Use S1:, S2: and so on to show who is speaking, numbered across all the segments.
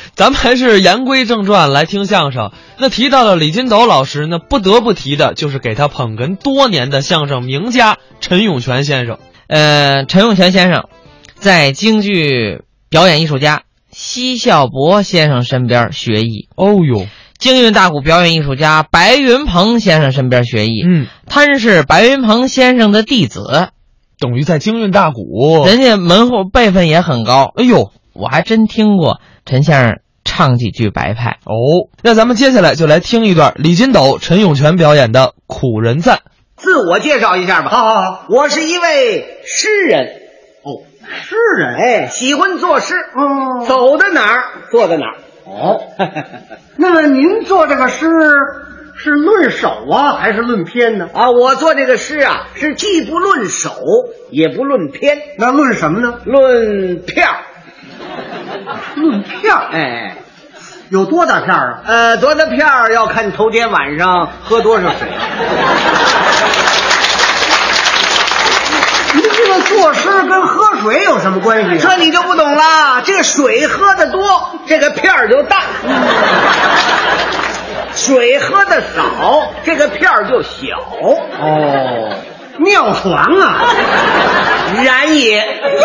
S1: 咱们还是言归正传，来听相声。那提到了李金斗老师呢，不得不提的就是给他捧哏多年的相声名家陈永泉先生。
S2: 呃，陈永泉先生在京剧表演艺术家奚孝伯先生身边学艺，
S1: 哦呦，
S2: 京韵大鼓表演艺术家白云鹏先生身边学艺。
S1: 嗯，
S2: 他是白云鹏先生的弟子，
S1: 等于在京韵大鼓。
S2: 人家门户辈分也很高。
S1: 哎呦，
S2: 我还真听过陈先生唱几句白派。
S1: 哦，那咱们接下来就来听一段李金斗、陈永泉表演的《苦人赞》。
S3: 自我介绍一下吧。
S4: 好好好，
S3: 我是一位诗人，
S4: 哦，诗人，
S3: 哎，喜欢作诗，
S4: 哦
S3: 走到哪儿坐到哪儿。
S4: 哦，那么您做这个诗是论手啊，还是论篇呢？
S3: 啊，我做这个诗啊，是既不论手，也不论篇，
S4: 那论什么呢？
S3: 论票。
S4: 论片儿，
S3: 哎，
S4: 有多大片儿啊？
S3: 呃，多大票要看头天晚上喝多少水。啊
S4: 您这个作诗跟喝水有什么关系、啊？
S3: 这你就不懂了，这个水喝的多，这个片儿就大；水喝的少，这个片儿就小。
S4: 哦，尿床 啊！
S3: 然也，
S4: 哟，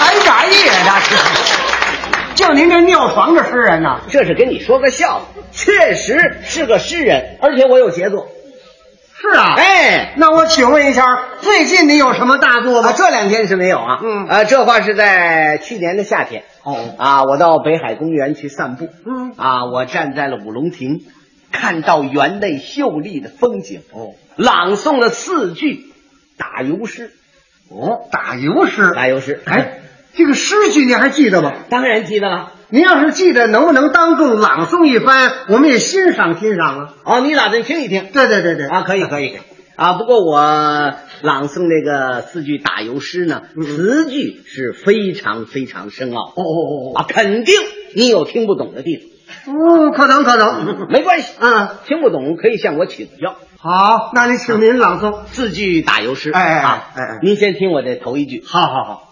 S4: 还染野的，就您这尿床的诗人呐、
S3: 这是跟你说个笑话，确实是个诗人，而且我有杰作。
S4: 是啊，
S3: 哎，
S4: 那我请问一下，最近你有什么大作吗
S3: 啊，？这两天是没有啊。
S4: 嗯
S3: 呃，这话是在去年的夏天。
S4: 哦
S3: 啊，我到北海公园去散步。
S4: 嗯
S3: 啊，我站在了五龙亭，看到园内秀丽的风景。
S4: 哦，
S3: 朗诵了四句打油诗。
S4: 哦，打油诗，
S3: 打油诗，
S4: 哎，这个诗句您还记得吗？
S3: 当然记得了。
S4: 您要是记得，能不能当众朗诵一番，我们也欣赏欣赏啊？
S3: 哦，你打算听一听？
S4: 对对对对，
S3: 啊，可以可以。啊，不过我朗诵这个四句打油诗呢，词句是非常非常深奥。
S4: 嗯哦哦哦
S3: 啊，肯定你有听不懂的地方，
S4: 哦，哦，可能可 能，
S3: 没关系，
S4: 嗯，
S3: 听不懂可以向我请教。
S4: 好，那您请您朗诵，
S3: 四句打油诗，
S4: 哎哎
S3: 啊
S4: 哎哎
S3: 您先听我这头一句，
S4: 好好好，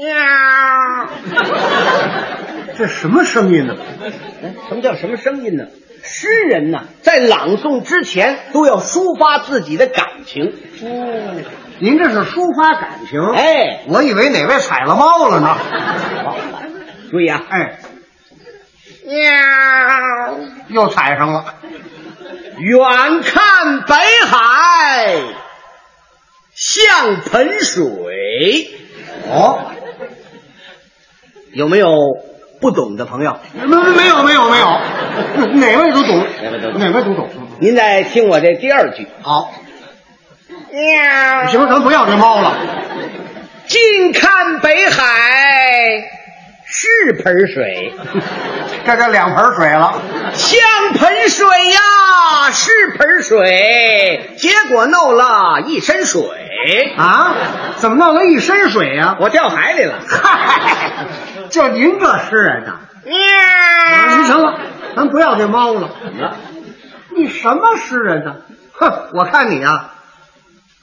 S3: 喵，
S4: 这什么声音呢？
S3: 哎什么叫什么声音呢？诗人呢，在朗诵之前都要抒发自己的感情，
S4: 哦您这是抒发感情，，
S3: 哎，
S4: 我以为哪位踩了猫 了呢，
S3: 注意啊，
S4: 哎，
S3: 喵，
S4: 又踩上了，
S3: 远看北海像盆水，
S4: 哦。
S3: 有没有不懂的朋友？
S4: 没没有没有没有， 哪位都懂，
S3: 哪位都懂
S4: 哪位都懂。
S3: 您再听我这第二句，
S4: 好，
S3: 喵
S4: 行，咱不要这猫了。
S3: 近看北海是盆水，
S4: 这就两盆水了，
S3: 像盆水呀，是盆水，结果弄了一身水
S4: 啊？怎么弄了一身水呀、
S3: 我掉海里了。
S4: 嗨，就您这诗人呐、
S3: 喵
S4: 行行了，咱不要这猫了。你什么诗人呢、哼，我看你啊，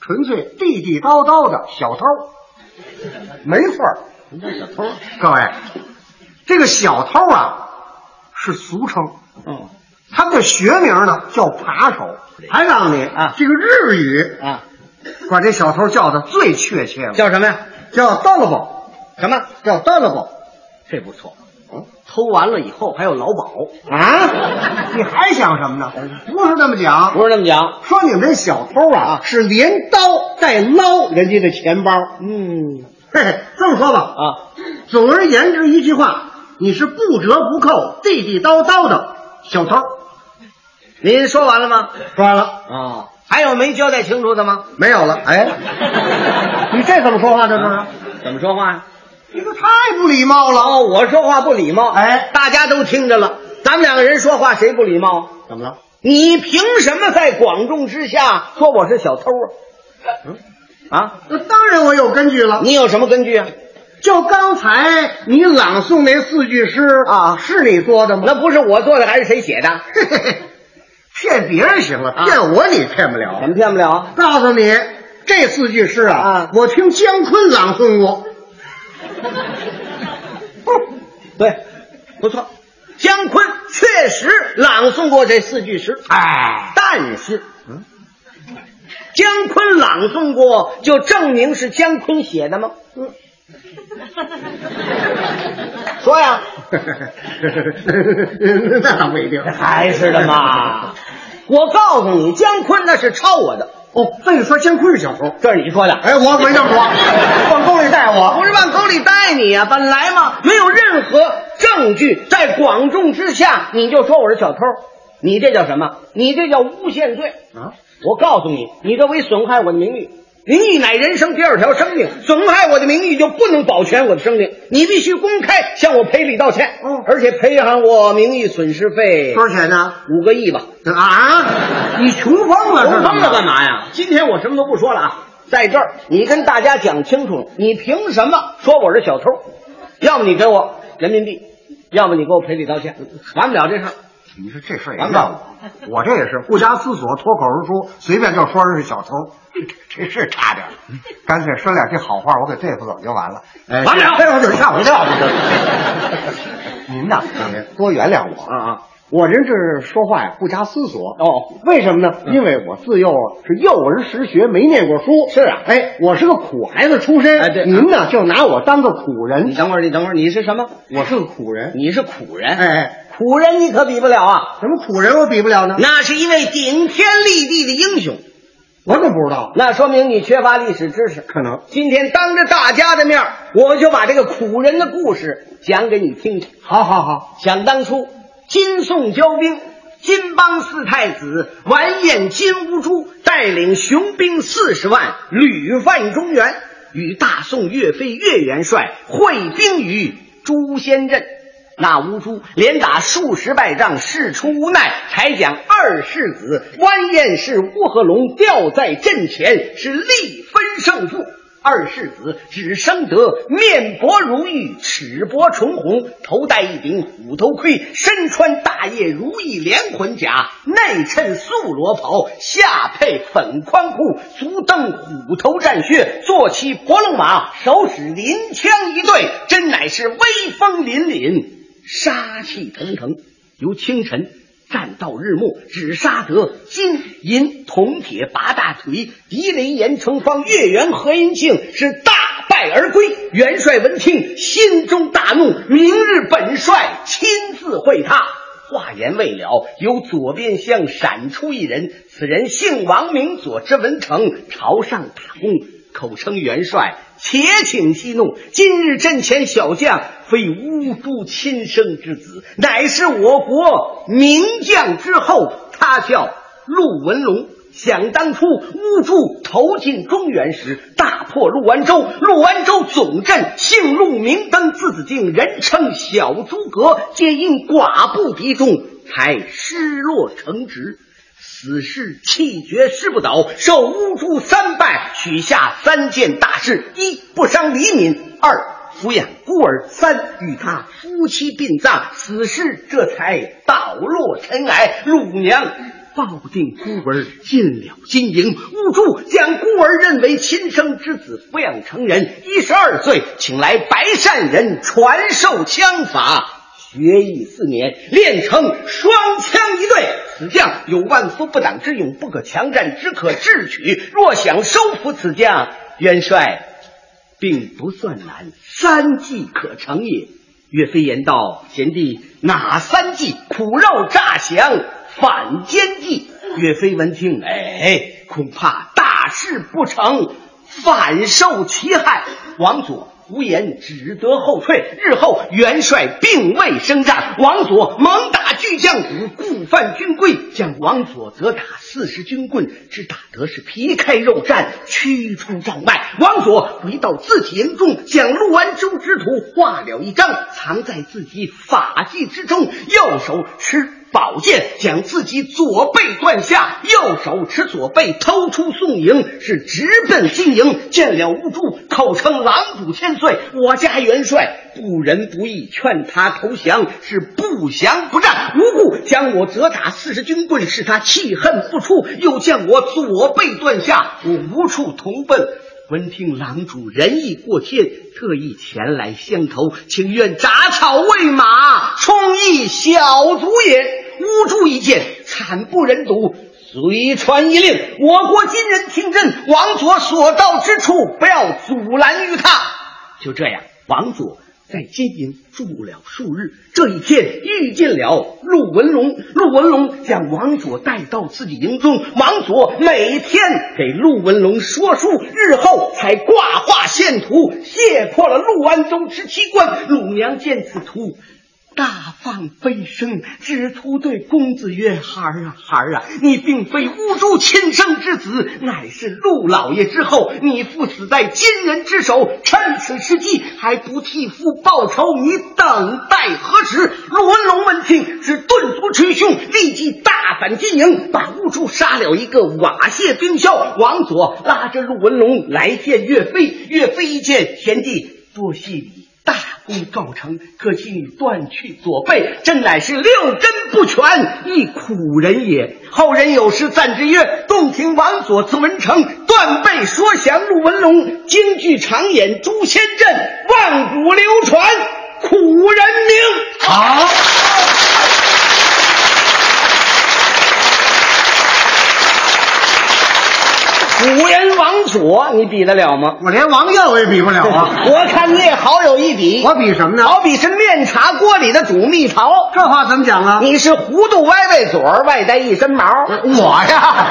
S4: 纯粹地地道道的小偷，没错儿
S3: 什么叫小偷？
S4: 各位，这个小偷啊是俗称。
S3: 哦，
S4: 他们的学名呢叫扒手。还告诉你
S3: 啊
S4: 这个日语
S3: 啊，
S4: 把这小偷叫的最确切了，
S3: 叫什么呀？
S4: 叫 “double”，
S3: 什么？
S4: 叫 “double”
S3: 这不错。偷完了以后还有劳保，
S4: 啊？你还想什么 呢？不是这么讲，
S3: 不是那么讲。
S4: 说你们这小偷啊是连刀带捞人家的钱包。
S3: 嗯
S4: 嘿嘿，这么说吧，
S3: 啊，
S4: 总而言之一句话，你是不折不扣、地地道道的小偷。
S3: 您说完了吗？
S4: 说完了，
S3: 啊，还有没交代清楚的吗？
S4: 没有了。哎，你这怎么说话？这是？
S3: 怎么说话呀、
S4: 你这太不礼貌了。
S3: 哦，我说话不礼貌，
S4: 哎
S3: 大家都听着了，咱们两个人说话谁不礼貌？啊
S4: 怎么了？
S3: 你凭什么在广众之下说我是小偷啊？嗯，啊，
S4: 那当然我有根据了。
S3: 你有什么根据啊？
S4: 就刚才你朗诵那四句诗
S3: 啊
S4: 是你做的吗？
S3: 那不是我做的，还是谁写的？
S4: 嘿嘿嘿骗别人行了，
S3: 啊
S4: 骗我你骗不了。
S3: 怎么骗不了？
S4: 告诉你，这四句诗啊，
S3: 啊
S4: 我听姜昆朗诵过。
S3: 对，不错，姜昆确实朗诵过这四句诗，
S4: 哎，
S3: 但是，嗯，姜昆朗诵过，就证明是姜昆写的吗？嗯，说呀，
S4: 那倒不一定，
S3: 还是的 嘛。我告诉你，姜昆那是抄我的，
S4: 哦，那你说姜昆是小偷？
S3: 这是你说的。
S4: 哎，我没这么 说，往沟里带我。
S3: 不是往沟里带你
S4: 啊
S3: 呀、本来嘛，没有任何证据，在广众之下，你就说我是小偷，你这叫什么？你这叫诬陷罪
S4: 啊！
S3: 我告诉你，你这为损害我的名誉，名誉乃人生第二条生命，损害我的名誉就不能保全我的生命，你必须公开向我赔礼道歉，
S4: 嗯
S3: 而且赔偿我名誉损失费
S4: 多少钱呢？
S3: 五个亿吧。
S4: 啊，你穷疯了，
S3: 红灯了干
S4: 嘛？
S3: 嘛呀？今天我什么都不说了啊，在这儿你跟大家讲清楚，你凭什么说我是小偷？要么你给我人民币，要么你给我赔礼道歉，完不了这事儿。
S4: 你说这事儿也
S3: 完
S4: 闹
S3: 了
S4: 我这也是不加思索，脱口而出，随便就说人是小偷， 这这是差点儿。干脆说两句好话，我给对付走就完了。哎，
S3: 完了
S4: 这我就吓我一跳。 您呐，得多原谅我。
S3: 啊！
S4: 我人这说话呀，不加思索。
S3: 哦，
S4: 为什么呢？因为我自幼啊是幼儿识学，没念过书。
S3: 是啊
S4: 哎，我是个苦孩子出身。
S3: 哎对嗯
S4: 您呢就拿我当个苦
S3: 你
S4: 人，
S3: 等会儿，你等会儿，你是什么？
S4: 我是个苦人。
S3: 你是苦人，
S4: 哎，哎，
S3: 苦人你可比不了啊！
S4: 什么苦人我比不了呢？
S3: 那是一位顶天立地的英雄，
S4: 我怎么不知道？
S3: 那说明你缺乏历史知识。
S4: 可能
S3: 今天当着大家的面儿，我就把这个苦人的故事讲给你听听。
S4: 好好好，
S3: 想当初，金宋交兵，金邦四太子完颜金兀术带领雄兵四十万，屡犯中原，与大宋岳飞岳元帅会兵于朱仙镇。那乌珠连打数十败仗，事出无奈，才将二世子完颜氏乌合龙吊在阵前，是力分胜负。二世子只生得面薄如玉，齿薄唇红，头戴一顶虎头盔，身穿大叶如意连环甲，内衬素罗袍，下配粉宽裤，足蹬虎头战靴，坐骑婆龙马，手使林枪一对，真乃是威风凛凛，杀气腾腾。由清晨战到日暮，只杀得金银铜铁八大锤，狄雷、严成方、岳元、何银庆是大败而归。元帅闻听，心中大怒，明日本帅亲自会他。话言未了，由左边厢闪出一人，此人姓王，名左，之文成，朝上打工，口称元帅。且请息怒，今日阵前小将非乌珠亲生之子，乃是我国名将之后，他叫陆文龙。想当初，乌珠投进中原时，大破陆安州，陆安州总镇姓陆，名登，字子敬，人称小诸葛，皆因寡不敌众，才失落城池。死士气绝势不倒，受乌珠三拜，许下三件大事：一不伤黎民，二抚养孤儿，三与他夫妻殡葬。死士这才倒落尘埃，乳娘。抱定孤儿进了金营，乌珠将孤儿认为亲生之子，抚养成人。一十二岁，请来白善人传授枪法，学艺四年，练成双枪一对。此将有万夫不挡之勇，不可强战，只可智取。若想收服此将，元帅并不算难，三计可成也。岳飞言道：“贤弟，哪三计？苦肉诈降，反间计。”岳飞闻听，哎，恐怕大事不成，反受其害。王佐无言，只得后退。日后元帅并未升战，王佐猛打巨将谷，故犯军规，将王佐责打四十军棍，只打得是皮开肉绽，驱出帐外。王佐回到自己营中，将陆安州之图画了一张，藏在自己法器之中，右手持。宝剑将自己左背断下，右手持左背偷出宋营，是直奔金营。见了兀术，口称狼主千岁，我家元帅不仁不义，劝他投降是不降不战，无故将我责打四十军棍，使他气恨不出，又将我左背断下，我无处同奔。闻听狼主仁义过天，特意前来相投，情愿铡草喂马，冲力小卒也。吾助一见，惨不忍睹。随传一令，我国今人听朕，王佐所到之处，不要阻拦于他。就这样，王佐在金营住了数日。这一天遇见了陆文龙，陆文龙将王佐带到自己营中，王佐每天给陆文龙说书，日后才挂画献图，卸破了陆安州之七官。鲁娘见此图。大放飞声，只突对公子曰：“孩儿啊，孩儿啊，你并非乌珠亲生之子，乃是陆老爷之后，你父死在金人之手，趁此时机还不替父报仇，你等待何时？”陆文龙闻听，是顿足捶胸，立即大反金营，把乌珠杀了一个瓦谢冰消。王佐拉着陆文龙来见岳飞，岳飞一见贤弟，多谢你。大功告成，可惜你断去左背，朕乃是六根不全，一苦人也。后人有诗赞之曰：“洞庭王佐字文成，断背说降陆文龙，京剧长演诛仙阵，万古流传苦人名。”
S1: 好。
S3: 古人王佐，你比得了吗？
S4: 我连王耀也比不了啊！
S3: 我看你也好有一比，
S4: 我比什么呢？
S3: 好比是面茶锅里的煮蜜桃。
S4: 这话怎么讲啊？
S3: 你是糊涂歪歪嘴儿，外带一身毛。
S4: 我呀，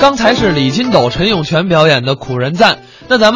S1: 刚才是李金斗、陈永泉表演的《苦人赞》，那咱们。